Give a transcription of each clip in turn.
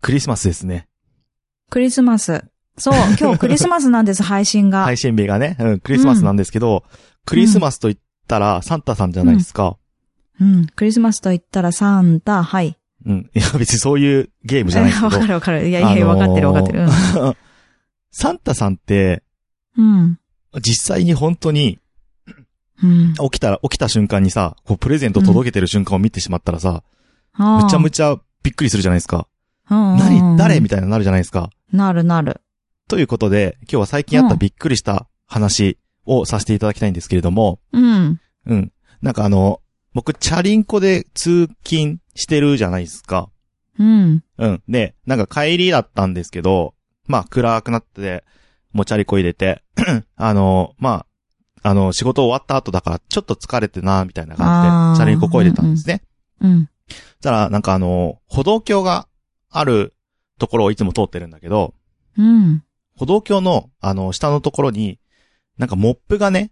クリスマスですね。クリスマス。 そう、今日クリスマスなんです、配信が。配信日がね、うん、クリスマスなんですけど、クリスマスと言ったらサンタさんじゃないですか。うん。クリスマスと言ったらサンタ、はい。うん。 いや、別にそういうゲームじゃないですけ わどか。るわかる。いやあいや、のーわかってるわかってる。 サンタさんって、うん。実際に本当にうん。起きたら、起きた瞬間にさ、こうプレゼント届けてる瞬間を見てしまったらさ、むむちゃむちゃびっくりするじゃないですか。ゃ、うんうんうん何誰みたいになるじゃないですか。なるなる。ということで、今日は最近あったびっくりした話をさせていただきたいんですけれども、うん。うん。なんかあの、僕、チャリンコで通勤してるじゃないですか。うん。うん。で、なんか帰りだったんですけど、まあ暗くなって、もうチャリこ入れて、 あの、まあ、あの、仕事終わった後だからちょっと疲れてな、みたいな感じで、あーチャリンコこ入れたんですね。うん。そしたら、なんかあの、歩道橋があるところをいつも通ってるんだけど、うん。歩道橋の、あの、下のところに、なんかモップがね、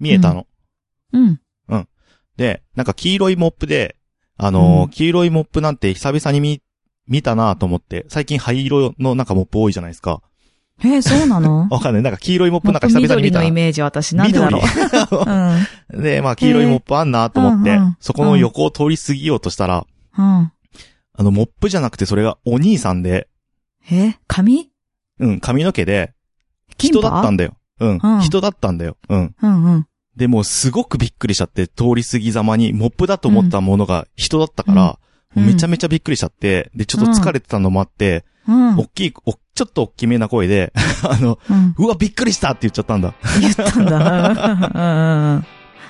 見えたの。うん。で、なんか黄色いモップで、あのーうん黄色いモップなんて久々に見、見たなと思って、最近灰色のなんかモップ多いじゃないですか。えー、そう なのわかんない。なんか黄色いモップもなんっかと久々に見緑たのイな。メージ私、なんでだろう。うん。緑 で、まあ黄色いモップあんなと思って、へーうんうんそこの横を通り過ぎようとしたら、うん。あの、モップじゃなくてそれがお兄さんで、え髪うん、髪の毛で、金人髪だったんだよ。うん、うん人だったんだよ。うん。うんうん。で、もうすごくびっくりしちゃって、通り過ぎざまに、モップだと思ったものが人だったから、うんめちゃめちゃびっくりしちゃって、で、ちょっと疲れてたのもあって、うん。大きい、おちょっと大きめな声で、あの、うん。うわ、びっくりしたって言っちゃったんだ。言ったんだ。うん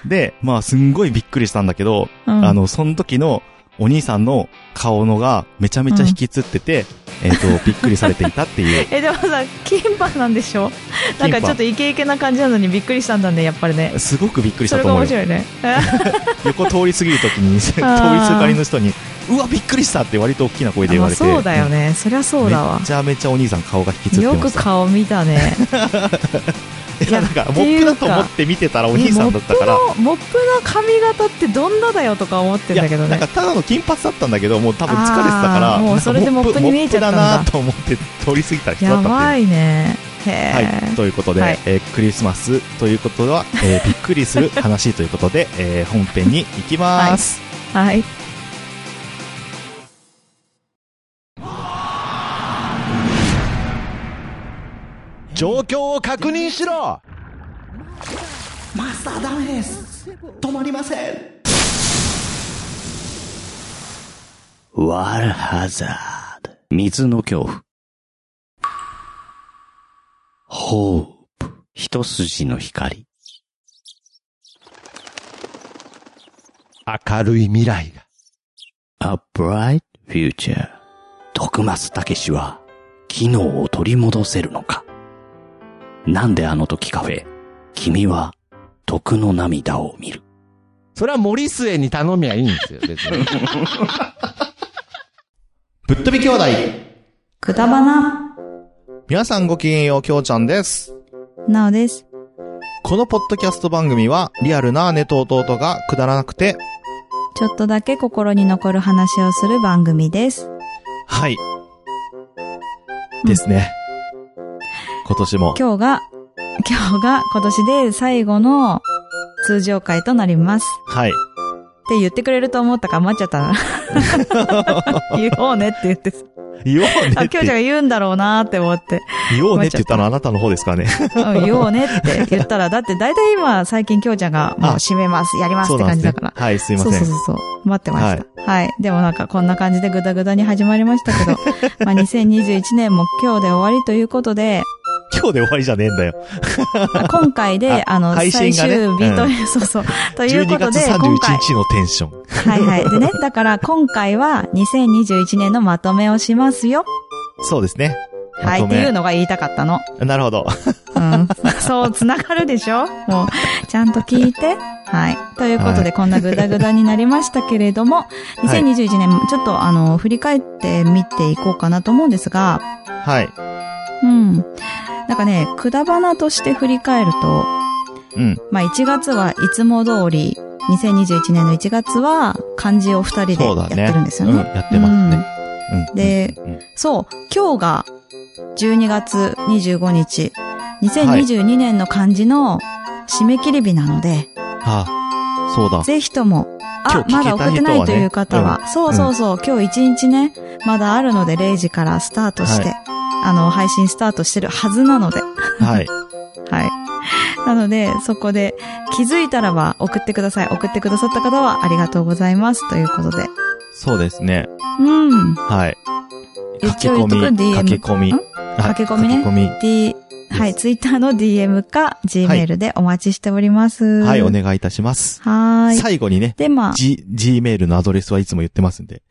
で、まあ、すんごいびっくりしたんだけど、うんうん。。あ、の、その時のお兄さんの顔のがめちゃめちゃ引きつってて、えっ、と、びっくりされていたっていう え、でもさ、金髪なんでしょキなンんパかちょっとイケイケな感じなのにびっくりしたんだね、やっぱりね。すごくびっくりしそたれとが思う面よ。白いね。横通り過ぎる時に、通りすがりの人に、うわ、びっくりしたって割と大きな声で言わあれて。そうだよね。そりゃうん。そうだわめ。ちゃめちゃお兄さん顔が引きつってよまくした。顔見たね。いや、なんか、モップだと思って見てたら お兄さんだったからえ。モップのモップの髪型ってどんなだよとか思ってんだけどいやねなんかただの金髪だったんだけどもう多分疲れてたからあーもうそれでなんかモップに見えちゃったんだモップだなと思って通り過ぎた人だやったっばていういねへえ、はい、ということで、はいえークリスマスということは、えーびっくりする話ということで、 えー本編に行きます、はい。状況を確認しろマスターダメです止まりませんワールハザード。水の恐怖。ホープ。一筋の光。明るい未来が。A bright future. 徳松武氏は、機能を取り戻せるのかなんであの時カフェ、君は、徳の涙を見る。それは森末に頼みゃいいんですよ、別に。ぶっ飛び兄弟くだばな、皆さんごきげんようきょうちゃんですなおです。このポッドキャスト番組はリアルな姉と弟がくだらなくてちょっとだけ心に残る話をする番組です。はい、ですね今年も今日が、今日が今年で最後の通常回となります。はいって言ってくれると思ったから待っちゃ ったな。言おうねって言って。言おうねあ、っ今日ちゃんてが言うんだろうなって思って。言おうねって言ったのはあなたの方ですからねうん、言おうねって言ったら、だって大体今最近京ちゃんがもうあ締めます、やりますそうってなん感ですねじだから。はい、すいまそうせ。そうんそうそう。待ってました。はい。でもなんかこんな感じでグダグダに始まりましたけど、 まあ2021年も今日で終わりということで、今日で終わりじゃねえんだよ。あ今回で、あの、配最信が終ね日という、そうそう。という12こと月で、今31回、日のテンション。はいはい。でね、だから今回は2021年のまとめをしますよ。そうですね。まはい。とっていうめ。のが言いたかったの。なるほど。 うん。そう、つながるでしょもう、ちゃんと聞いて。はい。ということはで、こんなグダグダになりましたけれ ども、い2021年、ちょっとあの、振り返ってみていこうかなと思うんですが、はい。うん。なんかね、くだばなとして振り返ると、うん。まあ1月はいつも通り、2021年の1月は漢字を2人でそうやだっね。てるんですようんね。やってますね。うん。でうん、そう、今日が12月25日、2022年の漢字の締め切り日なので、あ、そうだ。ぜひとも、あ今、日聞けまだた人はね送ってないという方は、そうそうそう、今日一日ね、まだあるので0時からスタートして、はあの、配信スタートしてるはずなので、はい。はい。なので、そこで気づいたらば送ってください。送ってくださった方はありがとうございます。ということで。そうですね。うん。はい。一応言っとく駆け込み DM 駆け込み。はんい駆け込みね駆け込み D、はい、ツイッターの DM か Gmail でお待ちしております。はい、おい。願いいたします。はーい。最後にね、で、まあ、 G、Gmail のアドレスはいつも言ってますんで。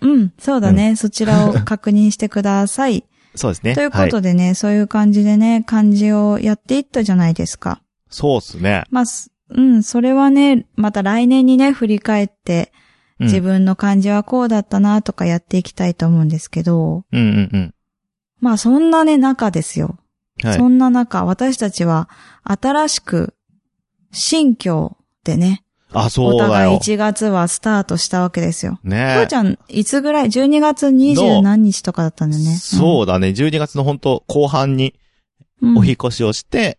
うん、そうだね。そち らを確認してください。そうですね。というこはいとでね、そういう感じでね、漢字をやっていったじゃないですか。そうっすね。まあ、すうん、それはね、また来年にね、振り返って、うん自分の漢字はこうだったなとかやっていきたいと思うんですけど、うんうんまあそんなね、中ですよ。うん。はいそ。んな中、私たちは新しく、新居でね、あ、そおうだ互いよ。 1月はスタートしたわけですよ。ふねーちゃん、いつぐらい ?12 月20何日とかだったんだよね。そうだね。12月の本当後半にうん。おうん引っ越しをして、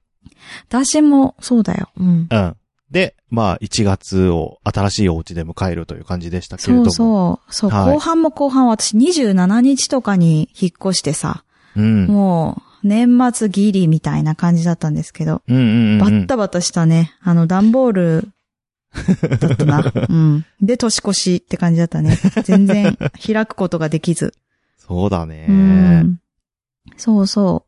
私も、そうだよ。うん。うん。で、まあ、1月を新しいお家で迎えるという感じでしたけれどそも。うそう。そう、はい後半も後半、私27日とかに引っ越してさ、う。うん。もう、年末ギリみたいな感じだったんですけど、うんうんうんバうッん。タバタしたね。あの、段ボール、だったな。 うん。で、年越しって感じだったね。全然、開くことができず。そうだねう。ん。そうそ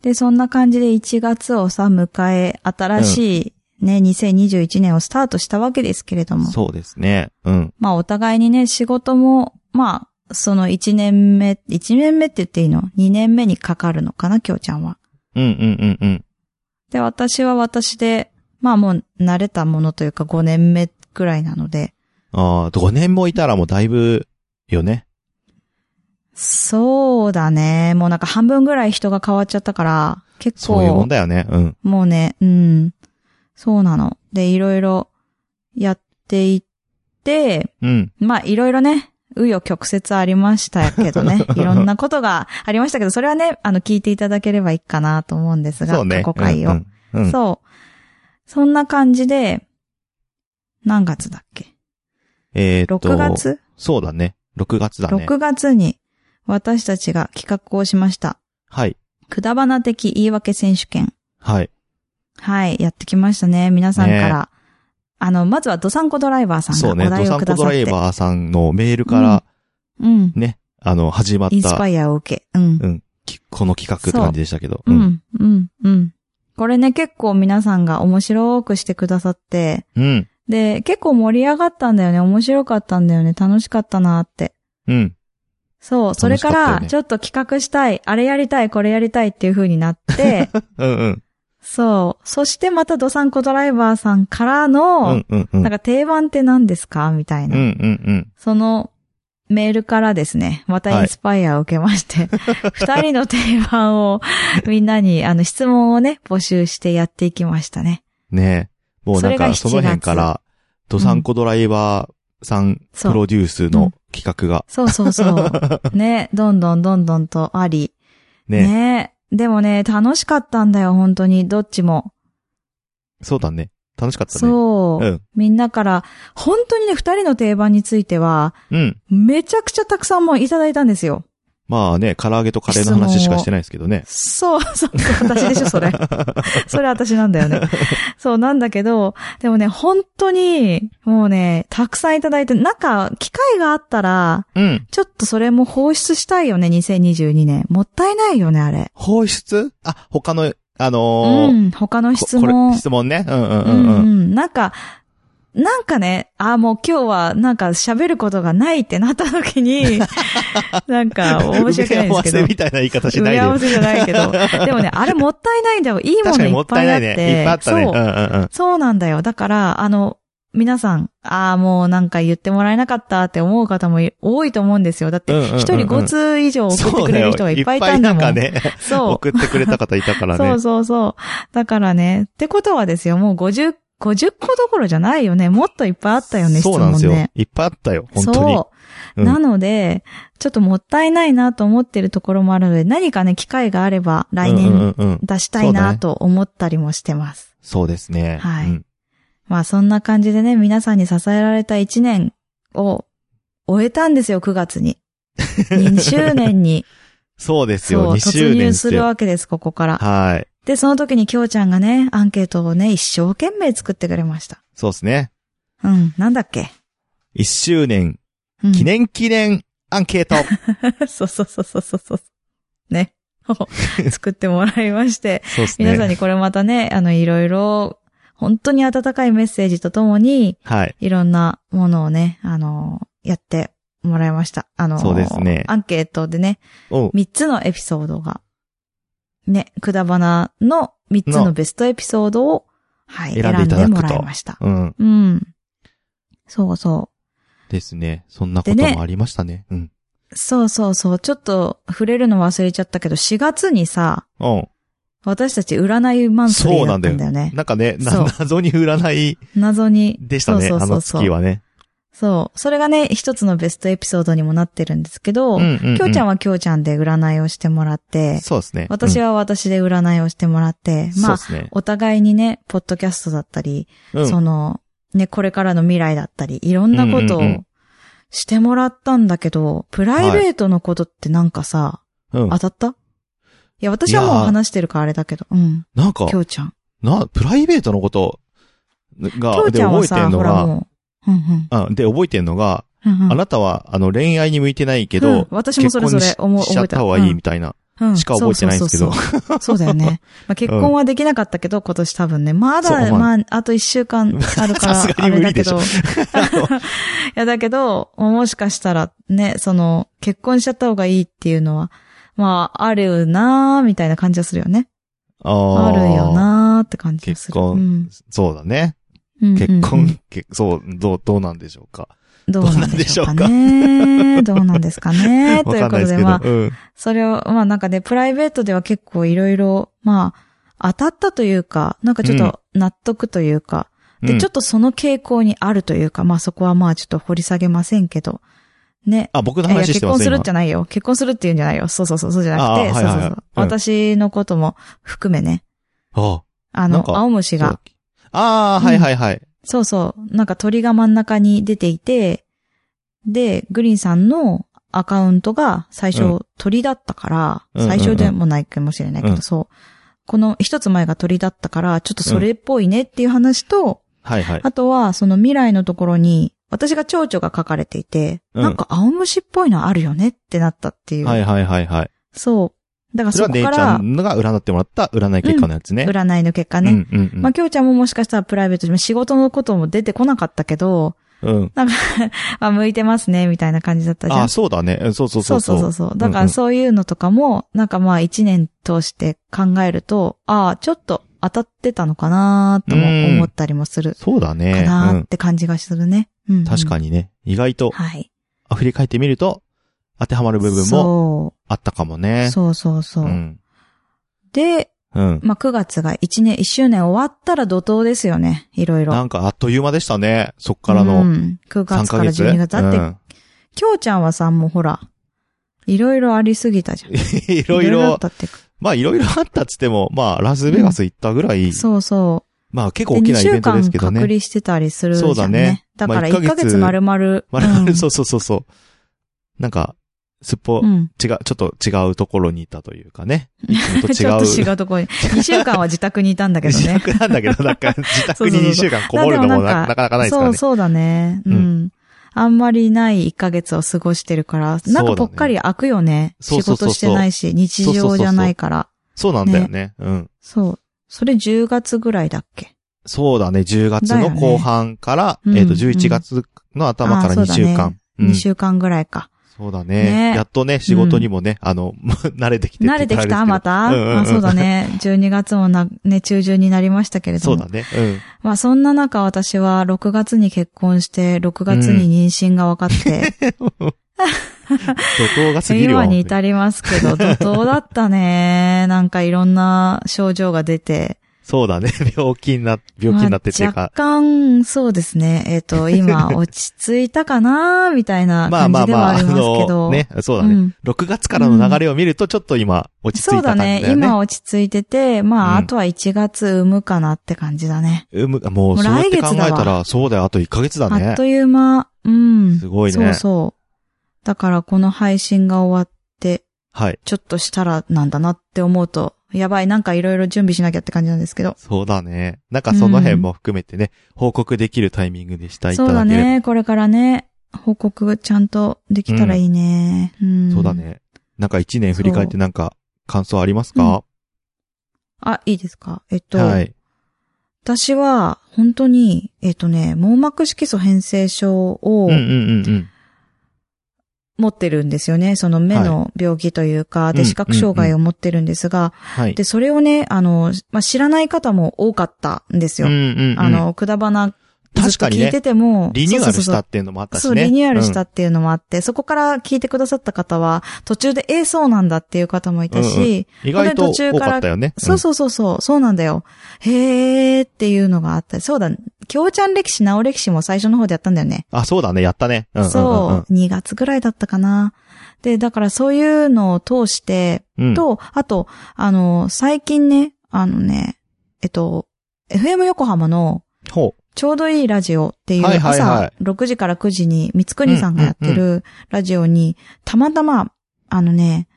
う。で、そんな感じで1月をさ、迎え、新しい、ね、2021年をスタートしたわけですけれども。そうですね。うん。まあお互いにね、仕事も、まあ、その一年目、一年目って言っていいの二年目にかかるのかな、きょうちゃんは。うんうんうんうん。で、私は私で、まあもう慣れたものというか5年目くらいなので、ああ、5年もいたらもうだいぶ、よね。そうだね。もうなんか半分ぐらい人が変わっちゃったから、結構、そういうもんだよね。うん。もうね、うん。そうなの。で、いろいろやっていって、うん。まあ、いろいろね、紆余曲折ありましたけ どね。いろんなことがありましたけど、それはね、あの、聞いていただければいいかなと思うんですが、そうね。過去回を、うんうんうんそう。そんな感じで、何月だっけえーっと。 6月、そうだね。6月だね。 ?6 月に私たちが企画をしました。はい。くだばな的言い訳選手権。はい。はい、やってきましたね。皆さんから。あの、まずはドサンコドライバーさそうんがね。おド題サをンくコだドさっライて。バーさんのメールから、うん。ね、あの、始まっインスたパ、イアを受け。うん。きこの企画って感じでしたけど。う。ん、うん、うん。これね、結構皆さんが面白くしてくださって、うん。で、結構盛り上がったんだよね。面白かったんだよね。楽しかったなって。うん。そう。それか楽しかったよら、ねちょっと企画したい、あれやりたい、これやりたいっていう風にな って、うんうん。そう。そしてまたドサンコドライバーさんからうの、んうんうん。うなんんか定番って何ですかみたいうんうな。ん。そのメールからですね、またインスパイアを受けまして、 二、人の定番をみんなに、あの、質問をね、募集してやっていきましたね。ねもうなんかそそのれが7辺から、ドサンコドライバーさんそうプロデュースの企画が、そうそうそう。ね、どんどんどんどんとあり。ねねでもね、楽しかったんだよ、本当に、どっちも。そうだね。楽しかったね。そう、うんみんなから、本当にね、二人の定番については、うん。めちゃくちゃたくさんもういただいたんですよ。まあね、唐揚げとカレーの話しかしてないですけどね。そうそうそう、私でしょ、それ。それ私なんだよね。そうなんだけど、でもね、本当に、もうね、たくさんいただいて、なんか、機会があったら、うん。ちょっとそれも放出したいよね、2022年。もったいないよね、あれ。放出あ、他の、あのうー、ん、他のこ質これ問。質問ね。うんうんううんん、うん。うん、なんか、なんかね、あーもう今日はなんか喋ることがないってなった 時に、なんか申し訳ないんですけど。埋め合わせみたいな言い方し埋ないめで合よわ。せじゃないけ ど。でもね、あれもったいないんだよ。いいも確のかにいもっっぱたいいあなっいて。ね。いっぱいあったね。そうんうう。んうん。そうなんだよ。だから、あの、皆さん、ああ、もうなんか言ってもらえなかったって思う方もい多いと思うんですよ。だって、うんうんうんうん一人5通以上送ってくれる人がいっぱいいたんだも。そうんだよいっぱいなんかね、 そう。送ってくれた方いたからそねう。そうそう。だからね、ってことはですよ、もう50、50個どころじゃないよね。もっといっぱいあったよね、質そうなん問ですよね。。いっぱいあったよ、本当に。そう。うんなので、ちょっともったいないなと思ってるところもあるので、何かね、機会があれば来うんう年んうんうん。出したいなと思ったりもしてます。そうですね。はいうんまあそんな感じでね、皆さんに支えられた1年を終えたんですよ、9 月に。2周年に、そうですそよ、う、 2周突年入っすてる。わけです、ここから。はい。で、その時にきょうちゃんがね、アンケートをね、一生懸命作ってくれました。そうですね。うん、なんだっけ。 1周年うん、記念記念アンケート。 そうそうそうそうそうそう。ね。 作ってもらいまして、そうです皆さんね。にこれまたね、あの、いろいろ、本当に温かいメッセージとともに、はい。いろんなものをね、あの、やってもらいました。あの、そうですねアンケートでね、おう3つのエピソードが、ね、くだばなの3つののベストエピソードを、はい、選選んでいんただくとでもらいました。うん。うん。そうそう。ですね。そんなことでねもありましたね。うん。そうそうそう。ちょっと触れるの忘れちゃったけど、4月にさ、おう私たち占いマンスリーだったんだよね。なんかね、そなう謎に占い謎に。でしたね、そあうそうそのうそう月はね。そう。それがね、一つのベストエピソードにもなってるんですけど、うんうんうんきょうちゃんはきょうちゃんで占いをしてもらって、そうですね。私は私で占いをしてもらって、うん、まあ、そうですね。お互いにね、ポッドキャストだったり、うんその、ね、これからの未来だったり、いろんなうことんうんうんをしてもらったんだけど、プライベートのことってなんかさ、うん。当たったいや、私はもう話してるからあれだけど。うん。なんかき、ょうちゃん。な、プライベートのこときょが、うちでゃんは覚えてさ、んのほらが、もう。うんうんあで覚えてんのが、うんうん。あなたは、あの、恋愛に向いてないけうどん、私も結それ婚そにれし思うしちゃった方が覚えいたいみたいな。うんしか覚えてないんですけどそうそうそうそうそうだ よね。まあ、結婚はできなかったけど、今年多分ね。まそうだ、まあまあ、あと一週間あるから、 さすがあにれ無だ理けでしょど。い や、だけど、もしかしたらね、その、結婚しちゃった方がいいっていうのは、まあ、あるよなーみたいな感じがするよね。ああーるよなーって感じがす結る。う婚ん、そうだね。うん結うんうん婚、けそう、どう、どうなんでしょうか。どうなんでしょうかどうね。どうなんですかね。 わといかうんこないとですで、けまどあ、、うん。それを、まあなんかね、プライベートでは結構いろいろ、まあ、当たったというか、なんかちょっと納得というか、うで、んちょっとその傾向にあるというか、まあそこはまあちょっと掘り下げませんけど、ね。あ、僕のいや話し結てま婚すす今るんじゃないよ。結婚するって言うんじゃないよ。そうそうそう、そうじゃなくて、あーそはいはいうそうはいそう。うん私のことも含めね、あなあのん、か青虫あ、そうだがっ、けああ、はいはいはい。そうそう。なんか鳥が真ん中に出ていて、で、グリーンさんのアカウントが最う初鳥だったから、うん最初でもないかもしれないけど、うんそう。この一つ前が鳥だったから、ちょっとそれっぽいねっていう話と、はいはい。あとはその未来のところに、私が蝶々が書かれていて、うんなんか青虫っぽいのあるよねってなったっていう。はいはいはいはい。そう。だからそれそはこデイちかゃら、んのが占ってもらった占い結果のやつね。占いの結果うんね。うんうんまあ、きょうちゃんももしかしたらプライベートでも仕事のことも出てこなかったけど、うん。なんか、 あ、向いてますね、みたいな感じだったじゃあ、ん。そうだね。うんそうそうそそうう。そうそうそう。だかうんうらんそういうのとかも、なんかまあ一年通して考えると、ああ、ちょっと当たってたのかなとも思ったりもするそうだかね。うなっんて感じがするね。うん、うん。確かに。にね。意外と、はい。あ振り返ってみると、当てはまる部分もそあったかもう。ね。そうそうそう。うん。で、うん。まあ9月が1年、1周年終わったら怒涛ですよね。いろいろ。なんかあっという間でしたね。そっからうのん、3 9月ヶから月。 12月。だって、うんきょうちゃんはさ、もうほら、いろいろありすぎたじゃん。いいろいあっろ、たっていうかまあいろいろあったっつっても、まあラスベガス行ったぐらい、そうそう。まあ結構で大き2なイベ週ントで間すけど隔ね。離してたりするじゃん、ね。そうだねだからまあ1ヶ月丸々。まあうん、そうそうそうそう。なんか、すっぽ、うん。違う、ちょっと違うところにいたというか ね。いつもとちょっと違違う。うところに。2週 間は自宅にいたんだけど自ね。宅なんだけど、なん か、自宅に2週間 こもるのもななかなかないですかそらう、ね。そうだね。うん。うあんまりない1ヶ月を過ごしてるから、うだなんねかぽっかり開くよね。そう仕そうそうそう事してないし、日常じゃないから。そうなんだよね。うん。そう。それ10月ぐらいだっけそうだね。10月だよのね後半から、うんえっと、11月の頭から2あーそうだ週ね間。うん ?2 週間ぐらいか。そうだねね。やっとね、仕事にもね、あの、 ま慣れてきて慣れてきたまた、まあそうだね。ね。12月もな、ね、中旬になりましたけれどそも。うだね。うん。まあそんな中私は6月に結婚して、6月に妊娠が分 かって、怒涛が過ぎるわ。今に本当 至りますけど、怒涛だったね。なんかいろんな症状が出て、にそうだね。 病気にな、病気になってっていうまあか若。干、そうですね。えっ、と、今、落ち着いたかなみたいな まあ感まじあでまはあ、あありますけど。の、ね、そうだうね。ん6月からの流れを見ると、ちょっと今、落ち着いそうただ感じだよね。ね。今落ち着いてて、まあ、うんあとは1月産むかなって感じだね。うんむもう、もうそうやって考え来た月だら、そうだよ、あと1ヶ月だあっね。という間。うん。すごいねそうそう。だから、この配信が終わって、はい。ちょっとしたらなんだなって思うと、やばい、なんかいろいろ準備しなきゃって感じなんですけど。そうだね。なんかその辺も含めてね、報告できるタイミングでしたいたそうだだければ。ね。これからね、報告ちゃんとできたらいいね。うん。そうだ。ね。なんか1年振り返ってなんか、感想ありますかあ、いいですか。えっと、はい。私は、本当に、えっとね、網膜色素変性症をうんうんうんうん。持ってるんですよね。その目の病気というか、うで、ん視覚障害を持ってるんですが、はい。で、それをね、あの、まあ、知らない方も多かったんですうんよ。うんうん。あ、の、くだばな、ずっ確とかに聞いねて、ても、リニューアルそうそうしそうたっていうのもあったしね。そう、リニューアルしたうっていうのもあって、そこから聞いてくださった方は、途中で、ええそうなんだっていう方もいたし、うんん。意外と途中多からかったよね。そうそうそうそう、そうなんだよ。へえーっていうのがあったり、そうだ、京ちゃん歴史、直歴史も最初の方でやったんだよね。うん。あ、そうだね、やったね。うんうんうんうん。そう、2月ぐらいだったかな。で、だからそういうのを通して、うん。と、あと、あの、最近ね、あのね、えっと、FM 横浜のほう。ちょうどいいラジオっていうはいはいは朝6時から9時に三つ国さんがやってるラジオに、たまたま、あのね、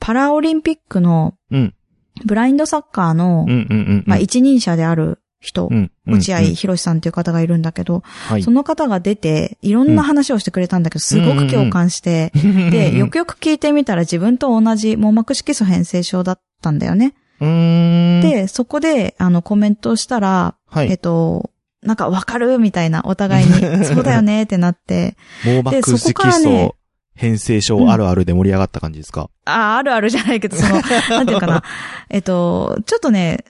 パラオリンピックのうん。ブラインドサッカーの、うんうんうん。まあ、一人者である人、うん、うん落合博さんっていう方がいるんだけど、はいその方が出て、いろんな話をしてくれたんだけど、すごく共感して、で、よくよく聞いてみたら自分と同じ網膜色素変性症だったんだよね。うーん、で、そこで、あの、コメントをしたら、はえっい。と、なんかわかるみたいな、お互い に、そうだよねってなって、網で膜そこか色らね素変性症あるあるで盛り上がった感じですか、ああ、あるあるじゃないけど、そ の、なんていうかな。えっと、ちょっとね、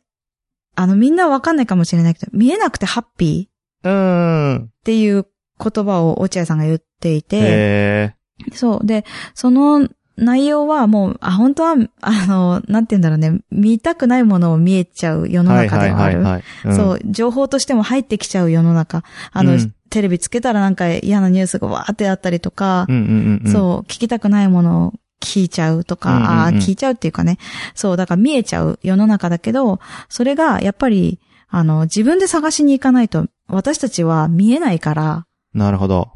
あの、みんなわかんないかもしれないけど、見えなくてハッピーっうーん。ていう言葉を落合さんが言っていて、へそう。で、その内容はもう、あ、本当は、あの、なんて言うんだろうね、見たくないものを見えちゃう世ーのはい中はでいはあはいる。はい。うんそう、情報としても入ってきちゃう世の中。あの、うんテレビつけたらなんか嫌なニュースがわーってあったりとか、うんうんうんうん。そう、聞きたくないものを聞いちゃうとか、うんうんうんああ、聞いちゃうっていうかね。そう、だから見えちゃう世の中だけど、それがやっぱり、あの、自分で探しに行かないと、私たちは見えないから、なるほど。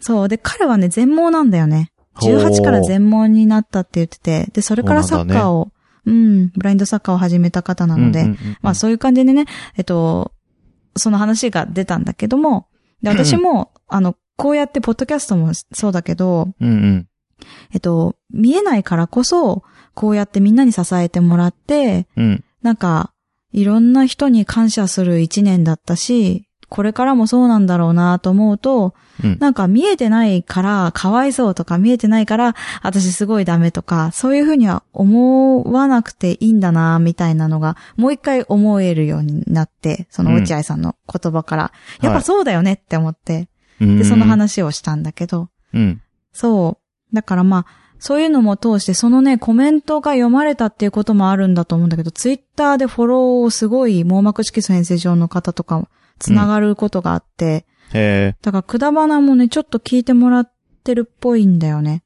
そう、で、彼はね、全盲なんだよね。ほう18から全盲になったって言ってて、で、それからサッカーを、うん、ブラインドサッカーを始めた方なので、うんうんうんうんまあそういう感じでね、えっと、その話が出たんだけども、で、私 も、あの、こうやってポッドキャストもそうだけど、うんうん。えっと、見えないからこそ、こうやってみんなに支えてもらって、うん。なんか、いろんな人に感謝する一年だったし、これからもそうなんだろうなと思うと、うんなんか見えてないからかわいそうとか見えてないから私すごいダメとか、そういうふうには思わなくていいんだなみたいなのが、もう一回思えるようになって、その落合さんの言葉から、うんやっはぱいそうだよねって思って、でで、その。話をしたんだけど、うん。そう。だからまあ、そういうのも通して、そのね、コメントが読まれたっていうこともあるんだと思うんだけど、ツイッターでフォローをすごい網膜色素変性症の方とか、つながることがあって、へえ。だから、くだばなもね、ちょっと聞いてもらってるっぽいんだ よね。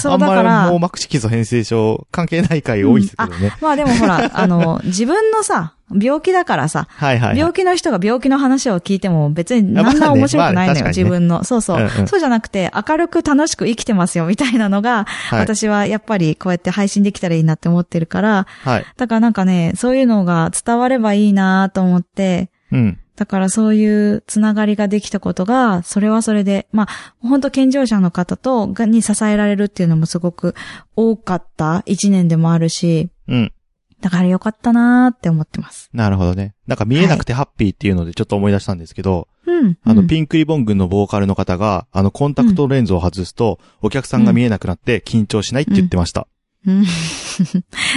そあう、んだまかりら網、膜色素変性症関係ない回多いですけどね。まあでもほら、あの、自分のさ、病気だからさ、はいはいはい。病気の人が病気の話を聞いても別にあまあ何ねら面白くないのよ、まあね確かにね自分の。そうそう、うんうんそうじゃなくて、明るく楽しく生きてますよ、みたいなのが、はい私はやっぱりこうやって配信できたらいいなって思ってるから、はい。だからなんかね、そういうのが伝わればいいなと思って、うん。だからそういうつながりができたことが、それはそれで、まあ、本当健常者の方と、がに支えられるっていうのもすごく多かった一年でもあるし、うん。だからよかったなって思ってます。なるほどね。なんか見えなくてハッピーっていうのでちょっと思い出したんですけど、うん。あうの、んピンクリボン軍のボーカルの方が、あの、コンタクトレンズを外すと、お客さんが見えなくなって緊張しないって言ってました。うん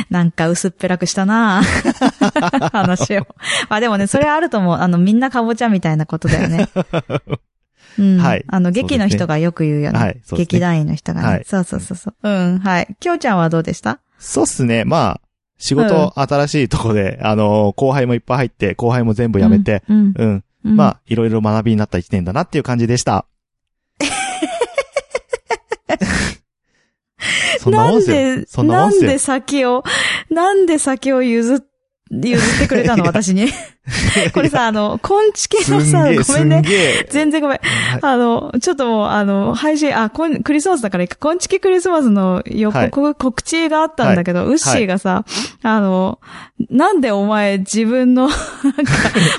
なんか薄っぺらくしたなぁ話を。まあでもね、それはあると思う。あの、みんなかぼちゃみたいなことだ よね。うん、はいあの、そうですね劇の人がよく言うよね。はいそうですね劇団員の人がね、はいそうそうそうそう。うん、はい。きょうちゃんはどうでしたそうっすね。まあ、仕事新しいとこで、あの、後輩もいっぱい入って、後輩も全部辞めて、うん。うん、うんま、あ、いろいろ学びになった一年だなっていう感じでした。 そんなもんですよ。そんなもんでなんすよで。先を、なんで先を譲っ、譲ってくれたの私に。これさ、あの、コンチ系のすんさ、げえ、ごめすんんね。げえ。全然ごめん。はいあの、ちょっともう、あの、配信、あ、こんクリスマスだからいいか、こんちきクリスマスの予はい告、告知があったんだけど、ウッシーがさ、あの、なんでお前自分の、なんか、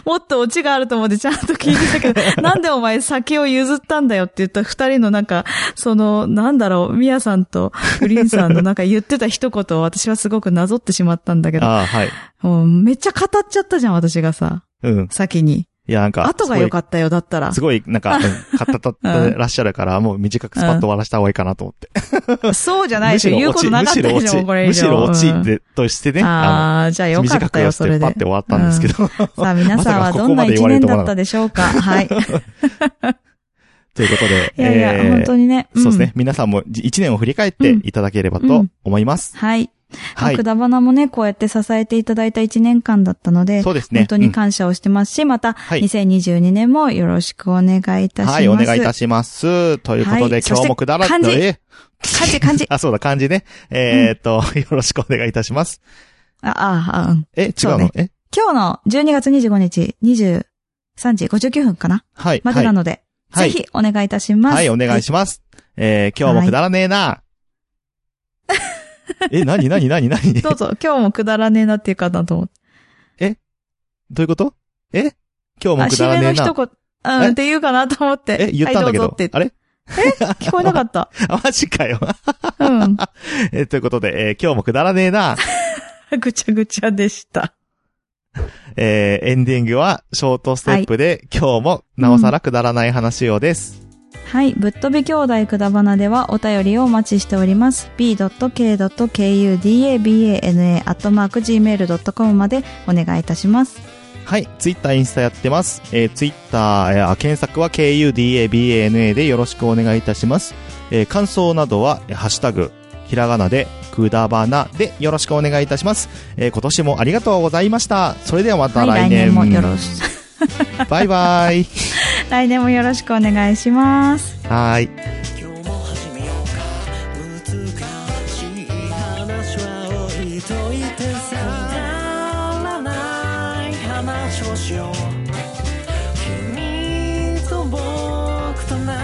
もっとオチがあると思ってちゃんと聞いてた けど、なんでお前先を譲ったんだよって言った二人のなんか、その、なんだろう、ミヤさんとグリーンさんのなんか言ってた一言を私はすごくなぞってしまったんだけど、ああ、はい。もうめっちゃ語っちゃったじゃん、私がさ、うん。先に。いや、なんか、後が良かったよ、だったら。すごい、なんか、う ん、語ったってらっしゃるから、もう短くスパッと終わらした方がいいかなと思って。 そうじゃなむいでししょ。ろ言う落こち、となむかったしろで落しょ、ち、これ以むし上。ろ落ちうんって、としてね、あああ、じゃあの、よかっ短たく寄よ、せそれてでパッ。て終わったん ですけど。さあ皆さんはまさかこどこんなまで一言われ年ると思だわなかったっでしょうか。はい。 ということで、いやいや、えー本当にね。そんうですね。。皆さんも一年を振り返っていただければと思います。はい。はい。くだばなもね、こうやって支えていただいた一年間だったので、そうですね本当に感謝をしてますし、また、い2022年もよろしくお願いいたします。はい、お願いいたしします。ということで、はいそ今して日もくだら漢字えます。漢字、漢字。あ、 あ、そうだ、漢字ね。えーっと、よろしくお願いいたします。あ、あうん。え、違うそうのねえ今日の12月25日、23時59分かなはい。までなので、はいぜひお願いいたします。はい、お願いします。えー、今日もくだらねえな。え、なになになになにどうぞ、今日もくだらねえなっていうかなと思って。どういうことえ今日あ、もく締だらめねのえ一な。言、えうん、って言うかなと思って。え、言ったんだけはどい、。うぞあってれ 聞こえなかった。あ、マジかよ。 うん。え、ということで、えー今日もくだらねえ な。ぐちゃぐちゃでした。えーエンディングはショートステップで、今日もなおさらくだらない話をです。はい。ぶっ飛び兄弟くだばなではお便りをお待ちしております。b.k.kudabana.gmail.com までお願いいたします。はい、ツイッター、インスタやってます。えー、ツイッター、えー検索は KUDABANA でよろしくお願いいたします。えー感想などは、えーハッシュタグ、ひらがなで、くだばなでよろしくお願いいたします。えー今年もありがとうございました。それではまたはい。来来年。年もよろし、バイバイ。 来年もよろしくお願いします。はーい。今日も始めようか難しい話は置いといてさくだらない話をしよう君と僕となら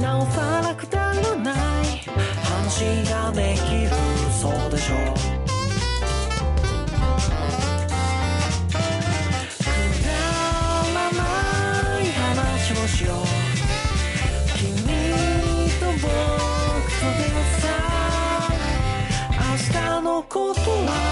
なおさらくだらない話ができるそうでしょうくだらない話をしよう「君と僕とでさ」「明日のことは